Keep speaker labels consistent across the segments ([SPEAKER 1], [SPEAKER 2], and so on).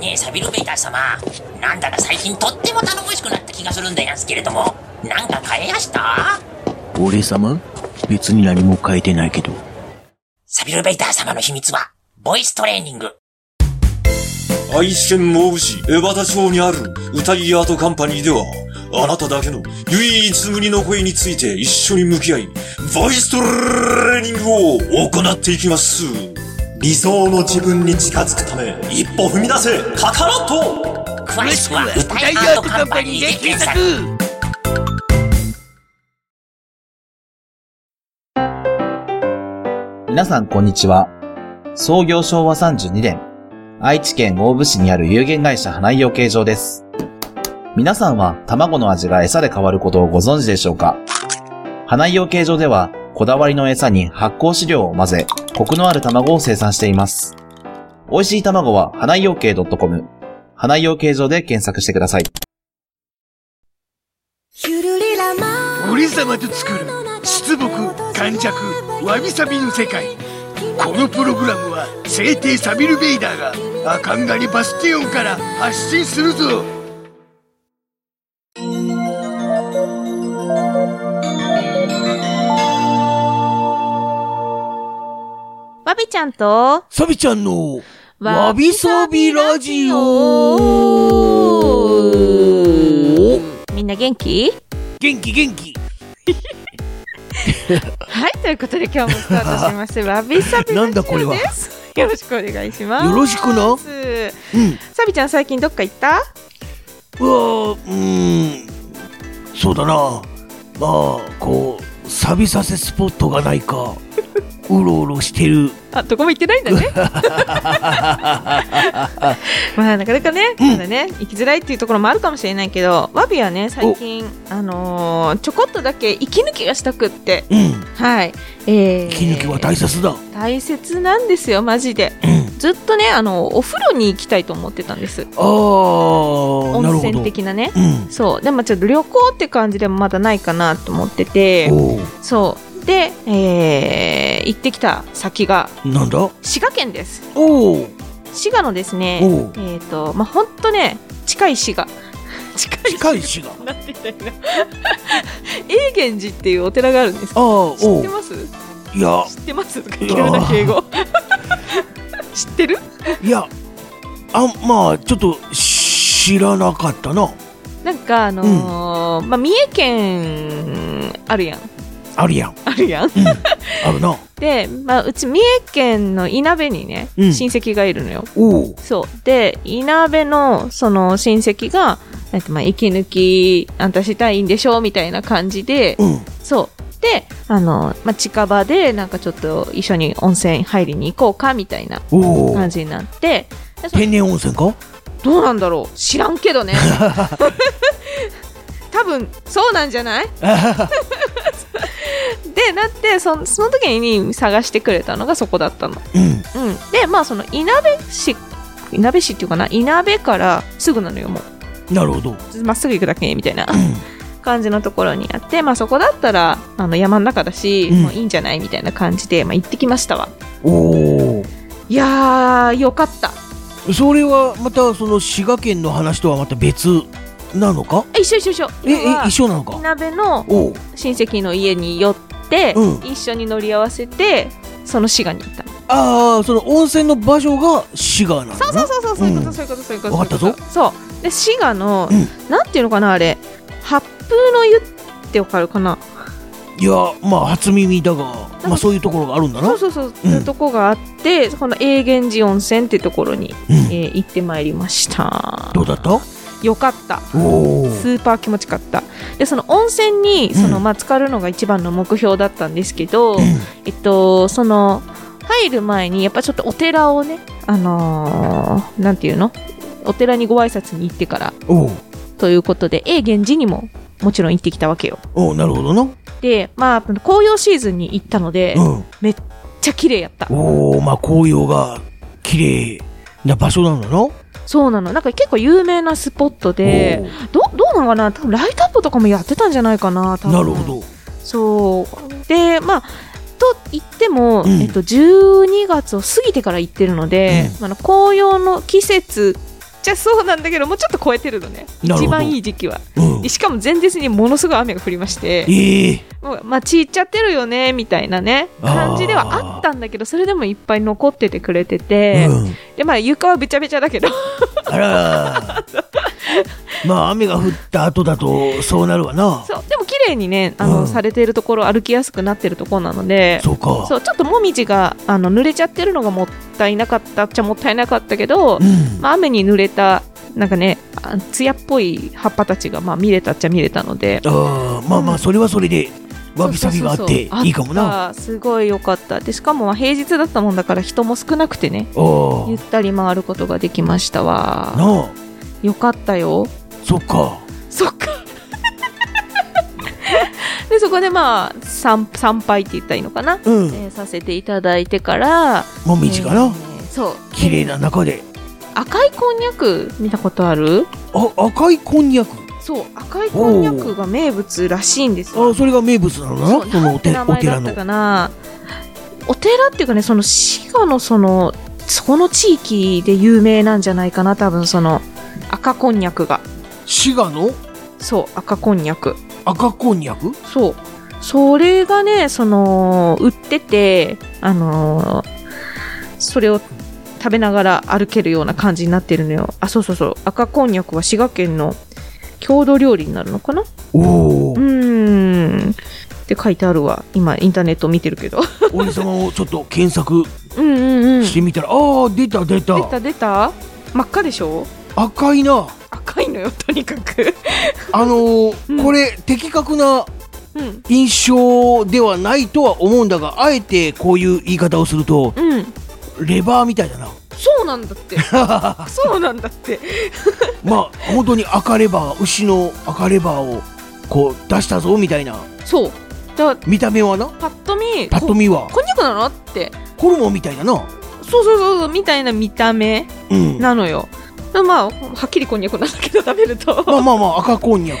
[SPEAKER 1] ねえ、サビルベイター様。なんだか最近とっても頼もしくなった気がするんでやんすけれども、なんか変えやした
[SPEAKER 2] 俺様別に何も変えてないけど。
[SPEAKER 1] サビルベイター様の秘密は、ボイストレーニング。
[SPEAKER 3] 愛知県毛布市江端町にある歌いアートカンパニーでは、あなただけの唯一無二の声について一緒に向き合い、ボイストレーニングを行っていきます。理想の自分に近づくため、一歩踏み出せ、カカロット
[SPEAKER 1] 詳しくは、歌いアートカンパニーで検索。
[SPEAKER 4] 皆さんこんにちは。創業昭和32年、愛知県大府市にある有限会社花井養鶏場です。皆さんは卵の味が餌で変わることをご存知でしょうか花井養鶏場では、こだわりの餌に発酵飼料を混ぜ、コクのある卵を生産しています。美味しい卵は花井養鶏 .com、花井養鶏場で検索してください。
[SPEAKER 5] 俺様と作る出木感弱わびさびの世界このプログラムは聖帝サビル・ベイダーがアカンガリ・バスティオンから発信するぞ
[SPEAKER 6] わびちゃんと、
[SPEAKER 7] サビちゃんの、
[SPEAKER 6] わ
[SPEAKER 7] わびさびラジオ
[SPEAKER 6] みんな元気
[SPEAKER 7] 元気元気
[SPEAKER 6] はい、ということで今日も スタートしまして、わびさびラジオです。
[SPEAKER 7] なんだこれは
[SPEAKER 6] よろしくお願いします。
[SPEAKER 7] よろしくなうん。
[SPEAKER 6] さびちゃん最近どっか行った
[SPEAKER 7] うわーうーん。そうだな。まあ、こう、サビさせスポットがない か、うろうろしてる。
[SPEAKER 6] あ、どこも行ってないんだ ね。まあなかなかね、まだね、行きづらいっていうところもあるかもしれないけど、わびはね、最近、あのーちょこっとだけ息抜きがしたくって、
[SPEAKER 7] うん。
[SPEAKER 6] はい。えー
[SPEAKER 7] 息抜きは大切だ。
[SPEAKER 6] 大切なんですよ、マジで。
[SPEAKER 7] うん。
[SPEAKER 6] ずっとね、あの、お風呂に行きたいと思ってたんです。
[SPEAKER 7] あー、な
[SPEAKER 6] 温
[SPEAKER 7] るほ
[SPEAKER 6] 泉
[SPEAKER 7] ど。
[SPEAKER 6] 的なね。
[SPEAKER 7] うん。
[SPEAKER 6] そう。でもちょっと旅行って感じでもまだないかなと思ってて、
[SPEAKER 7] お
[SPEAKER 6] そう。で、えー行ってきた先が
[SPEAKER 7] ーなんだ
[SPEAKER 6] 滋賀県です。
[SPEAKER 7] おー
[SPEAKER 6] 滋賀のですね、
[SPEAKER 7] おー
[SPEAKER 6] えっ、と、まあ、ほんとね、近い滋賀。 近い
[SPEAKER 7] 近いしが。
[SPEAKER 6] なんて言ったらいいの永源寺っていうお寺があるんです
[SPEAKER 7] あー、お
[SPEAKER 6] 知って
[SPEAKER 7] ー
[SPEAKER 6] ます知
[SPEAKER 7] いや、
[SPEAKER 6] ってますとか急な敬語知ってる
[SPEAKER 7] いや、あ、まあ、ちょっと、知らなかったな。
[SPEAKER 6] なんかあのーまあ、三重県あるやん
[SPEAKER 7] あるやん。
[SPEAKER 6] あるやん
[SPEAKER 7] うん。あるな。
[SPEAKER 6] で、まあ、うち三重県のいなべにね、
[SPEAKER 7] うん
[SPEAKER 6] 親戚がいるのよ
[SPEAKER 7] おう。
[SPEAKER 6] そうでいなべのその親戚がえっとまあ息抜きあんたしたいんでしょみたいな感じで
[SPEAKER 7] うん。
[SPEAKER 6] そうであの、まあ、近場でなんかちょっと一緒に温泉入りに行こうかみたいな
[SPEAKER 7] おお。
[SPEAKER 6] 感じになってでそ
[SPEAKER 7] 天然温泉か
[SPEAKER 6] どうなんだろう知らんけどね多分そうなんじゃないでなってそその時に探してくれたのがそこだったの、
[SPEAKER 7] うん。
[SPEAKER 6] うん、でまあそのいなべ市いなべ市っていうかないなべからすぐなのよも
[SPEAKER 7] なるほど。
[SPEAKER 6] うまっすぐ行くだけみたいな感じのところにあって、まあ、そこだったらあの山の中だし、
[SPEAKER 7] うん
[SPEAKER 6] もういいんじゃないみたいな感じで、まあ、行ってきましたわ
[SPEAKER 7] おお。
[SPEAKER 6] いやーよかった
[SPEAKER 7] それはまたその滋賀県の話とはまた別なのか？
[SPEAKER 6] え一緒一緒一緒
[SPEAKER 7] ええ
[SPEAKER 6] 要は
[SPEAKER 7] 一緒なの
[SPEAKER 6] い
[SPEAKER 7] か？
[SPEAKER 6] なべの
[SPEAKER 7] おお。
[SPEAKER 6] 親戚の家に寄って、
[SPEAKER 7] うん
[SPEAKER 6] 一緒に乗り合わせてその滋賀に行った
[SPEAKER 7] ああその温泉の場所が滋賀なのね。
[SPEAKER 6] そうそうそうそうそういうこと、
[SPEAKER 7] うん
[SPEAKER 6] そういうことそういうこと
[SPEAKER 7] わかった
[SPEAKER 6] そうい
[SPEAKER 7] ぞ
[SPEAKER 6] うことそうで滋賀の、
[SPEAKER 7] う
[SPEAKER 6] なんていうのかなあれ八風の湯ってわかるかない
[SPEAKER 7] やまあ初耳だが
[SPEAKER 6] か
[SPEAKER 7] まあそういうところがあるんだな。
[SPEAKER 6] そううそうそう、
[SPEAKER 7] うん
[SPEAKER 6] そういうとこがあってこの永源寺温泉ってところに、
[SPEAKER 7] ん。
[SPEAKER 6] えー行ってまいりました
[SPEAKER 7] どうだった？
[SPEAKER 6] よかった
[SPEAKER 7] おお。
[SPEAKER 6] スーパー気持ちよかったでその温泉にその、
[SPEAKER 7] うん
[SPEAKER 6] まあ浸かるのが一番の目標だったんですけど、
[SPEAKER 7] うん
[SPEAKER 6] えっと、その、入る前に、やっぱちょっとお寺をね、あのーなんていうのお寺にご挨拶に行ってから、
[SPEAKER 7] おう
[SPEAKER 6] ということで、永源寺にも、もちろん行ってきたわけよ。
[SPEAKER 7] おうなるほどな。
[SPEAKER 6] で、まあ、紅葉シーズンに行ったので、
[SPEAKER 7] う
[SPEAKER 6] めっ
[SPEAKER 7] ん。
[SPEAKER 6] ちゃ綺麗やった。
[SPEAKER 7] おおまあ紅葉が綺麗な場所なんだな。お
[SPEAKER 6] そうなの。なんか結構有名なスポットで、
[SPEAKER 7] う
[SPEAKER 6] どう、どうなのかな多分ライトアップとかもやってたんじゃないかな多分
[SPEAKER 7] なるほど。
[SPEAKER 6] そう。で、まあ、と言っても、
[SPEAKER 7] うん
[SPEAKER 6] えっと、12月を過ぎてから行ってるので、あの紅葉の季節ちゃそうなんだけどもうちょっと超えてるのね
[SPEAKER 7] なるほど
[SPEAKER 6] 一番いい時期は、
[SPEAKER 7] うん。
[SPEAKER 6] しかも前日にものすごい雨が降りまして
[SPEAKER 7] ええ
[SPEAKER 6] もうまあ散っちゃってるよねみたいなね感じではあったんだけどそれでもいっぱい残っててくれてて、
[SPEAKER 7] うん。
[SPEAKER 6] でまあ床はべちゃべちゃだけど
[SPEAKER 7] あら。まあ、雨が降った後だと、そうなるわな。
[SPEAKER 6] そうでも綺麗にねあの、
[SPEAKER 7] うん
[SPEAKER 6] されているところ歩きやすくなってるところなので
[SPEAKER 7] そうか。
[SPEAKER 6] そうちょっともみじがあの濡れちゃってるのがもったいなかったっちゃもったいなかったけど、
[SPEAKER 7] うん。
[SPEAKER 6] まあ、雨に濡れたなんかねあ艶っぽい葉っぱたちが、まあ、見れたっちゃ見れたので
[SPEAKER 7] あーまあまあ、それはそれで、わびさびがあっ
[SPEAKER 6] そうそう
[SPEAKER 7] て
[SPEAKER 6] そうそう
[SPEAKER 7] いいかもな。
[SPEAKER 6] あったすごい良かったでしかもまあ平日だったもんだから人も少なくてね
[SPEAKER 7] お
[SPEAKER 6] ゆったり回ることができました
[SPEAKER 7] な
[SPEAKER 6] わ
[SPEAKER 7] あ、
[SPEAKER 6] よかったよ
[SPEAKER 7] そっか。
[SPEAKER 6] そっか でそこでまあ参参拝って言ったらいいのかな、
[SPEAKER 7] うん。
[SPEAKER 6] えーさせていただいてから
[SPEAKER 7] もみじか
[SPEAKER 6] え
[SPEAKER 7] な。
[SPEAKER 6] ーそう
[SPEAKER 7] 綺麗な中で。
[SPEAKER 6] 赤いこんにゃく見たことある
[SPEAKER 7] あ、赤いこんにゃく。
[SPEAKER 6] そう赤いこんにゃくが名物らしいんですよ
[SPEAKER 7] あ、それが名物なの
[SPEAKER 6] そう
[SPEAKER 7] かな。そのお
[SPEAKER 6] て
[SPEAKER 7] て
[SPEAKER 6] 名
[SPEAKER 7] お
[SPEAKER 6] 前だ
[SPEAKER 7] 寺
[SPEAKER 6] った
[SPEAKER 7] の。
[SPEAKER 6] かなお寺っていうかねその滋賀のそのそこの地域で有名なんじゃないかな多分その赤こんにゃくが
[SPEAKER 7] 滋賀の
[SPEAKER 6] そう赤こんにゃく
[SPEAKER 7] 赤こんにゃく。
[SPEAKER 6] そうそれがねその売っててあのーそれを食べながら歩けるような感じになってるのよあそうそうそう赤こんにゃくは滋賀県の郷土料理になるのかな
[SPEAKER 7] おお
[SPEAKER 6] う。ーんって書いてあるわ今インターネット見てるけど
[SPEAKER 7] 俺様をちょっと検索
[SPEAKER 6] うんうんうん
[SPEAKER 7] してみたら、ああ、出た出た
[SPEAKER 6] 出た出た真っ赤でしょ
[SPEAKER 7] 赤いな。
[SPEAKER 6] 赤いのよとにかく
[SPEAKER 7] あのー
[SPEAKER 6] うん
[SPEAKER 7] これ的確な
[SPEAKER 6] うん
[SPEAKER 7] 印象ではないとは思うんだが、あえてこういう言い方をすると
[SPEAKER 6] うん
[SPEAKER 7] レバーみたいだな。
[SPEAKER 6] そうなんだって そうなんだって
[SPEAKER 7] まあ本当に赤レバー牛の赤レバーをこう出したぞみたいな
[SPEAKER 6] そうだ
[SPEAKER 7] 見た目はな
[SPEAKER 6] パッと見
[SPEAKER 7] パッと見は
[SPEAKER 6] ここんにゃくなのって
[SPEAKER 7] ホルモンみたいだな
[SPEAKER 6] そうそうそうそうみたいな見た目
[SPEAKER 7] うんま
[SPEAKER 6] なのよ、まあはっきりこんにゃくなんだけど食べると
[SPEAKER 7] あまあまあ赤こんにゃく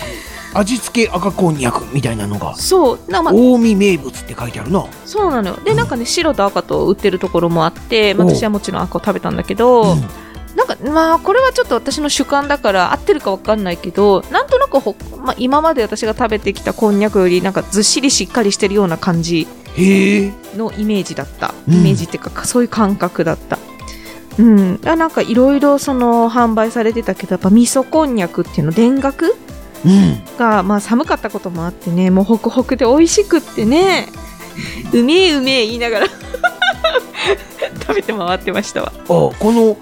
[SPEAKER 7] 味付け赤こんにゃくみたいなのが
[SPEAKER 6] そうな、まあ、
[SPEAKER 7] 近江名物って書いてあるな
[SPEAKER 6] そうなのよでなんかね白と赤と売ってるところもあって、まあ
[SPEAKER 7] おう
[SPEAKER 6] 私はもちろん赤を食べたんだけど、
[SPEAKER 7] うん
[SPEAKER 6] なんかまあこれはちょっと私の主観だから合ってるかわかんないけどなんとなくほ、まあ、今まで私が食べてきたこんにゃくよりなんかずっしりしっかりしてるような感じ
[SPEAKER 7] へえ
[SPEAKER 6] のイメージだった
[SPEAKER 7] うん
[SPEAKER 6] イメージっていうか、そういう感覚だった。うん、あなんかいろいろその販売されてたけどやっぱ味噌こんにゃくっていうの田楽
[SPEAKER 7] うん
[SPEAKER 6] が、まあ、寒かったこともあってねもうホクホクで美味しくってねうめえうめえ言いながら 食べて回ってましたわ
[SPEAKER 7] あこの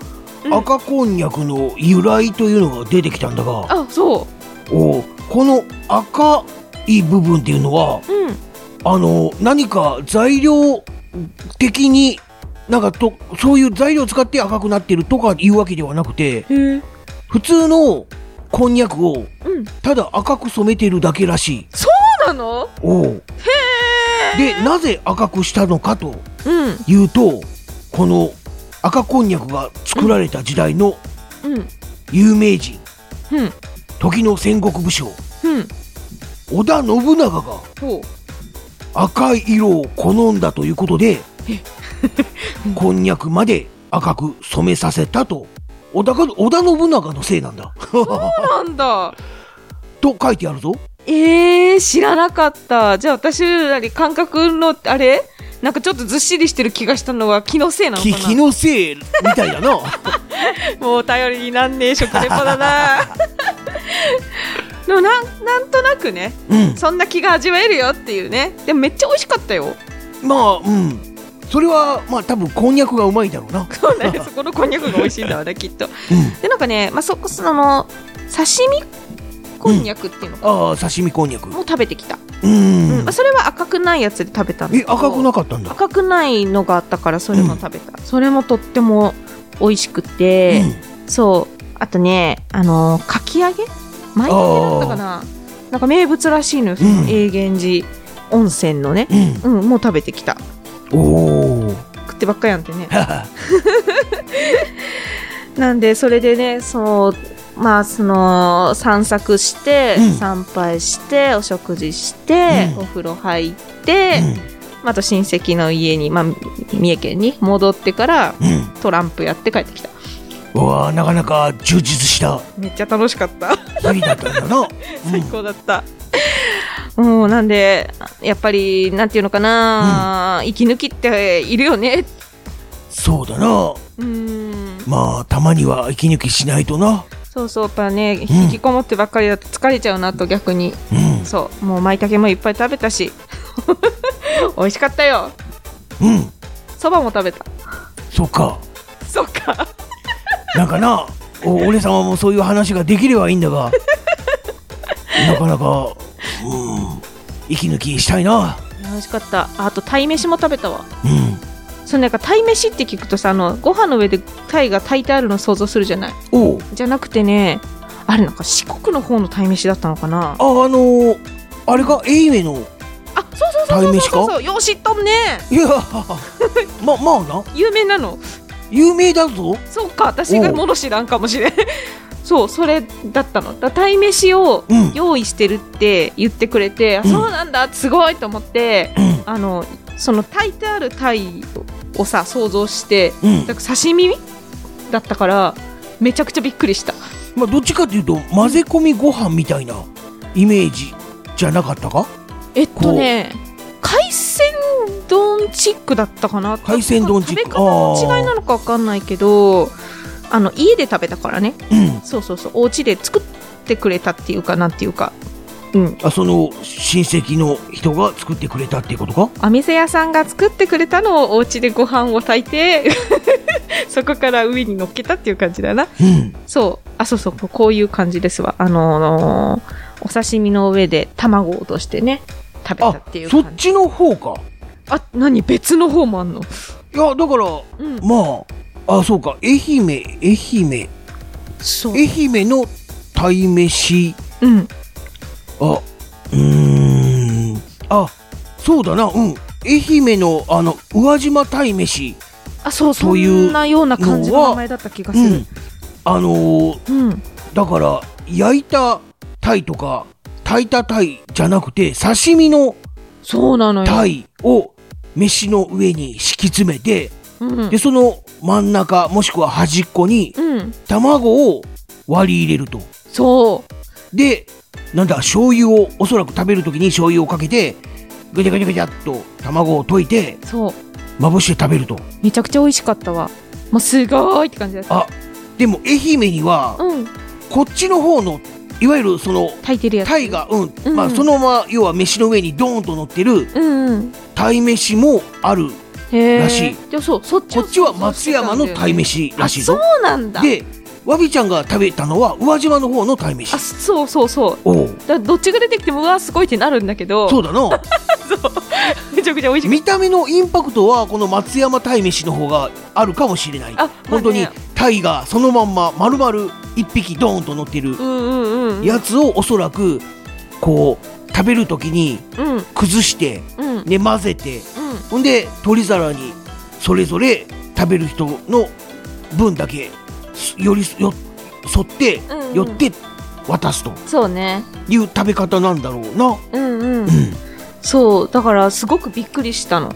[SPEAKER 6] うん
[SPEAKER 7] 赤こんにゃくの由来というのが出てきたんだが、
[SPEAKER 6] あそ
[SPEAKER 7] おこの赤い部分っていうのは
[SPEAKER 6] ううん
[SPEAKER 7] あの何か材料的になんかとそういう材料を使って赤くなってるとかいうわけではなくて
[SPEAKER 6] へえ
[SPEAKER 7] 普通のこんにゃくを
[SPEAKER 6] うん
[SPEAKER 7] ただ赤く染めてるだけらしい
[SPEAKER 6] そうなの
[SPEAKER 7] おうでなぜ赤くしたのかと
[SPEAKER 6] うん
[SPEAKER 7] いうとこの赤こんにゃくが作られた時代の
[SPEAKER 6] うん
[SPEAKER 7] 有名人、
[SPEAKER 6] うん
[SPEAKER 7] 時の戦国武将
[SPEAKER 6] うん
[SPEAKER 7] 織田信長が
[SPEAKER 6] ほう
[SPEAKER 7] 赤い色を好んだということで こんにゃくまで赤く染めさせたと織田が織田信長のせいなんだ
[SPEAKER 6] なんだ
[SPEAKER 7] と書いてあるぞ
[SPEAKER 6] えー、知らなかったじゃあ私らに感覚のあれなんかちょっとずっしりしてる気がしたのは気のせいなのか
[SPEAKER 7] き
[SPEAKER 6] な
[SPEAKER 7] 気のせいみたいだな
[SPEAKER 6] もう頼りになんねえ食レポだなでもなんなんとなくね
[SPEAKER 7] うん
[SPEAKER 6] そんな気が味わえるよっていうねでもめっちゃ美味しかったよ
[SPEAKER 7] まあうんそれはまあ多分こんにゃくがうまいだろうな
[SPEAKER 6] そうねそこのこんにゃくが美味しいんだわねきっと
[SPEAKER 7] うん
[SPEAKER 6] でなんかね、まあ、そこその刺身こんにゃくっていうのかな、
[SPEAKER 7] ああ刺身こんにゃく
[SPEAKER 6] もう食べてきた、
[SPEAKER 7] うん、
[SPEAKER 6] うんまあ、それは赤くないやつで食べたんだ
[SPEAKER 7] え
[SPEAKER 6] けど
[SPEAKER 7] 赤くなかったんだ
[SPEAKER 6] 赤くないのがあったからそれも食べた、それもとっても美味しくて、そうあとねあのーかき揚げ舞茸だったかななんか名物らしいのよその永源寺温泉のね
[SPEAKER 7] うん、うん
[SPEAKER 6] うんもう食べてきた
[SPEAKER 7] おお
[SPEAKER 6] 食ってばっかやんってね なんでそれでねそうまあその散策して、
[SPEAKER 7] うん
[SPEAKER 6] 参拝してお食事して、
[SPEAKER 7] うん
[SPEAKER 6] お風呂入って、まああと親戚の家に、まあ、三重県に戻ってから
[SPEAKER 7] うんうん
[SPEAKER 6] トランプやって帰ってきた。
[SPEAKER 7] うわあなかなか充実した
[SPEAKER 6] めっちゃ楽しかった。
[SPEAKER 7] 旅だったんだな
[SPEAKER 6] 最高だった。もうなんで、やっぱり、なんていうのかな、息抜きっているよね。
[SPEAKER 7] そうだな
[SPEAKER 6] うん。
[SPEAKER 7] まあたまには息抜きしないとな
[SPEAKER 6] そうそう、やっぱね、引きこもってばっかりだと疲れちゃうなと逆に。
[SPEAKER 7] うん
[SPEAKER 6] そう、もう舞茸もいっぱい食べたし。 美味しかったよ。
[SPEAKER 7] うん
[SPEAKER 6] そばも食べた。
[SPEAKER 7] そっか
[SPEAKER 6] そっか。
[SPEAKER 7] なんかなお俺様もそういう話ができればいいんだがなかなかうん息抜きしたいな
[SPEAKER 6] 美味しかった。ああと、鯛飯も食べたわ。
[SPEAKER 7] うん
[SPEAKER 6] そうなんか鯛飯って聞くとさあのご飯の上で鯛が炊いてあるの想像するじゃない
[SPEAKER 7] おう
[SPEAKER 6] じゃなくてねあれなんか四国の方の鯛飯だったのかな
[SPEAKER 7] ああのー、あれか愛媛の
[SPEAKER 6] あそうそうそうそう
[SPEAKER 7] 鯛
[SPEAKER 6] そ
[SPEAKER 7] 飯
[SPEAKER 6] う
[SPEAKER 7] か
[SPEAKER 6] そうよう知っとんね
[SPEAKER 7] いや ままあな
[SPEAKER 6] 有名なの
[SPEAKER 7] 有名だぞ
[SPEAKER 6] そうか私がもの知らんかもしれんそうそれだったのだ鯛飯を
[SPEAKER 7] うん
[SPEAKER 6] 用意してるって言ってくれて、あ
[SPEAKER 7] うん
[SPEAKER 6] そうなんだすごいと思って、
[SPEAKER 7] うん
[SPEAKER 6] あのその炊いてある鯛をさ想像して
[SPEAKER 7] うん
[SPEAKER 6] だから刺身だったからめちゃくちゃびっくりした
[SPEAKER 7] まあどっちかっていうと混ぜ込みご飯みたいなイメージじゃなかったか
[SPEAKER 6] えっとね海鮮丼チックだったかな
[SPEAKER 7] 海鮮丼チック
[SPEAKER 6] 食べ方の違いなのか分かんないけどあの家で食べたからね
[SPEAKER 7] うん
[SPEAKER 6] そうそうそうお家で作ってくれたっていうかなんていうかうん
[SPEAKER 7] あその親戚の人が作ってくれたっていうことか
[SPEAKER 6] お店屋さんが作ってくれたのをお家でご飯を炊いて そこから上に乗っけたっていう感じだな
[SPEAKER 7] うん
[SPEAKER 6] そうあそうそうここういう感じですわあのーお刺身の上で卵を落としてね食べた
[SPEAKER 7] あ
[SPEAKER 6] っていう
[SPEAKER 7] そ
[SPEAKER 6] 感
[SPEAKER 7] っ
[SPEAKER 6] じ
[SPEAKER 7] ちの方か
[SPEAKER 6] あ何別の方もあんの
[SPEAKER 7] いやだから
[SPEAKER 6] うん
[SPEAKER 7] まああそうか愛媛愛媛
[SPEAKER 6] そう
[SPEAKER 7] 愛媛の鯛飯
[SPEAKER 6] うん
[SPEAKER 7] あうーんあそうだなうん愛媛のあの宇和島鯛飯
[SPEAKER 6] あそうそ
[SPEAKER 7] そういうん
[SPEAKER 6] なような感じ
[SPEAKER 7] の
[SPEAKER 6] の
[SPEAKER 7] は
[SPEAKER 6] 名前だった気がす
[SPEAKER 7] う
[SPEAKER 6] る
[SPEAKER 7] んあのー、
[SPEAKER 6] うん、
[SPEAKER 7] だから焼いた鯛とか炊いた鯛じゃなくて刺身の
[SPEAKER 6] そうなのよ、
[SPEAKER 7] 鯛を飯の上に敷き詰めて
[SPEAKER 6] うん
[SPEAKER 7] でその真ん中もしくは端っこに
[SPEAKER 6] うん、
[SPEAKER 7] 卵を割り入れると
[SPEAKER 6] そう
[SPEAKER 7] でなんだ醤油をおそらく食べる時に醤油をかけてぐちゃぐちゃぐちゃっと卵を溶いて
[SPEAKER 6] そう
[SPEAKER 7] まぶして食べると
[SPEAKER 6] めちゃくちゃ美味しかったわもうすごいって感じだった
[SPEAKER 7] あでも愛媛には
[SPEAKER 6] うん
[SPEAKER 7] こっちの方のいわゆるその
[SPEAKER 6] 炊いてるやつ
[SPEAKER 7] 鯛がうん、
[SPEAKER 6] うん
[SPEAKER 7] まあそのまま要は飯の上にドーンと乗ってる
[SPEAKER 6] うんうん
[SPEAKER 7] 鯛飯もある
[SPEAKER 6] へえ
[SPEAKER 7] らしい
[SPEAKER 6] でそうそっち
[SPEAKER 7] こ
[SPEAKER 6] を
[SPEAKER 7] っちは松山の鯛
[SPEAKER 6] 飯
[SPEAKER 7] 飯らしいぞ
[SPEAKER 6] あそうなんだ
[SPEAKER 7] でわびちゃんが食べたのは宇和島の方の鯛飯
[SPEAKER 6] あそうそうそう
[SPEAKER 7] おう
[SPEAKER 6] だからどっちが出てきてもうわすごいってなるんだけど
[SPEAKER 7] そうだな
[SPEAKER 6] めちゃくちゃ美味しく
[SPEAKER 7] 見た目のインパクトはこの松山鯛飯の方があるかもしれない
[SPEAKER 6] あ
[SPEAKER 7] 本当に
[SPEAKER 6] まあね
[SPEAKER 7] 鯛がそのまんま丸々一匹ドーンと乗ってる
[SPEAKER 6] うんうんうん
[SPEAKER 7] やつをおそらくこう食べる時に
[SPEAKER 6] うん
[SPEAKER 7] 崩して
[SPEAKER 6] うんうん
[SPEAKER 7] ね混ぜてほんで取り皿にそれぞれ食べる人の分だけすよりよ沿って
[SPEAKER 6] うんうん
[SPEAKER 7] 寄って渡すと
[SPEAKER 6] そうね
[SPEAKER 7] いう食べ方なんだろうな。
[SPEAKER 6] うんうんそうだからすごくびっくりしたの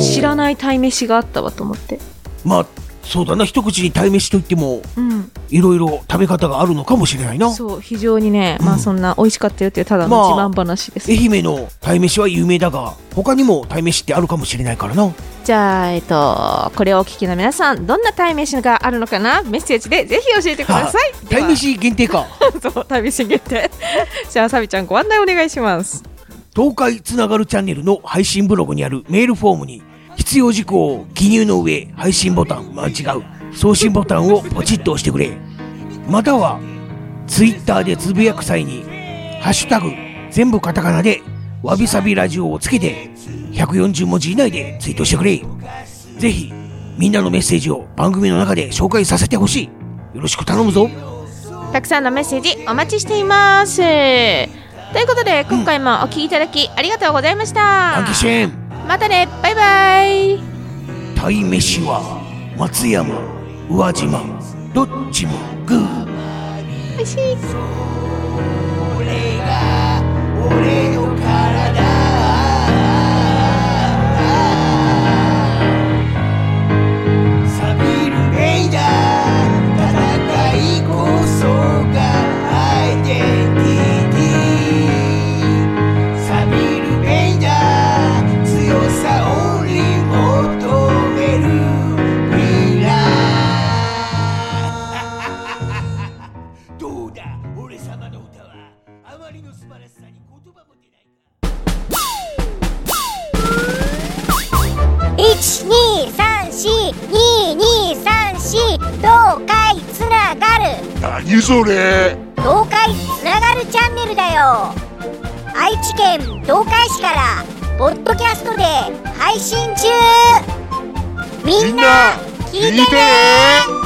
[SPEAKER 6] 知ら
[SPEAKER 7] い。
[SPEAKER 6] ない鯛飯があったわと思って
[SPEAKER 7] まあそうだな一口に鯛飯といっても
[SPEAKER 6] うん
[SPEAKER 7] いろいろ食べ方があるのかもしれないな。
[SPEAKER 6] そう非常にね、
[SPEAKER 7] うん
[SPEAKER 6] まあそんな美味しかったよっていうただ
[SPEAKER 7] ま
[SPEAKER 6] の
[SPEAKER 7] あ
[SPEAKER 6] 自慢話です、
[SPEAKER 7] 愛媛の鯛飯は有名だが他にも鯛飯ってあるかもしれないからな。
[SPEAKER 6] じゃあえっとこれをお聞きの皆さんどんな鯛飯があるのかなメッセージでぜひ教えてくださいでは
[SPEAKER 7] 鯛飯限定か
[SPEAKER 6] そう鯛飯限定じゃあサビちゃんご案内お願いします
[SPEAKER 7] 東海つながるチャンネルの配信ブログにあるメールフォームに必要事項を記入の上配信ボタン間違う送信ボタンをポチッと押してくれまたはツイッターでつぶやく際に「ハッシュタグ全部カタカナ」で「わびさびラジオ」をつけて140文字以内でツイートしてくれぜひみんなのメッセージを番組の中で紹介させてほしいよろしく頼むぞ
[SPEAKER 6] たくさんのメッセージお待ちしていますということで今回もお聞きいただきありがとうございました、
[SPEAKER 7] アンキシェーン
[SPEAKER 6] またねバイバイ
[SPEAKER 7] 鯛めしは松山宇和島どっちもグー
[SPEAKER 6] 美味しい
[SPEAKER 8] サビル・レイダー
[SPEAKER 5] 何それ
[SPEAKER 8] 東海つながるチャンネルだよ愛知県東海市からポッドキャストで配信中みんな聞いてね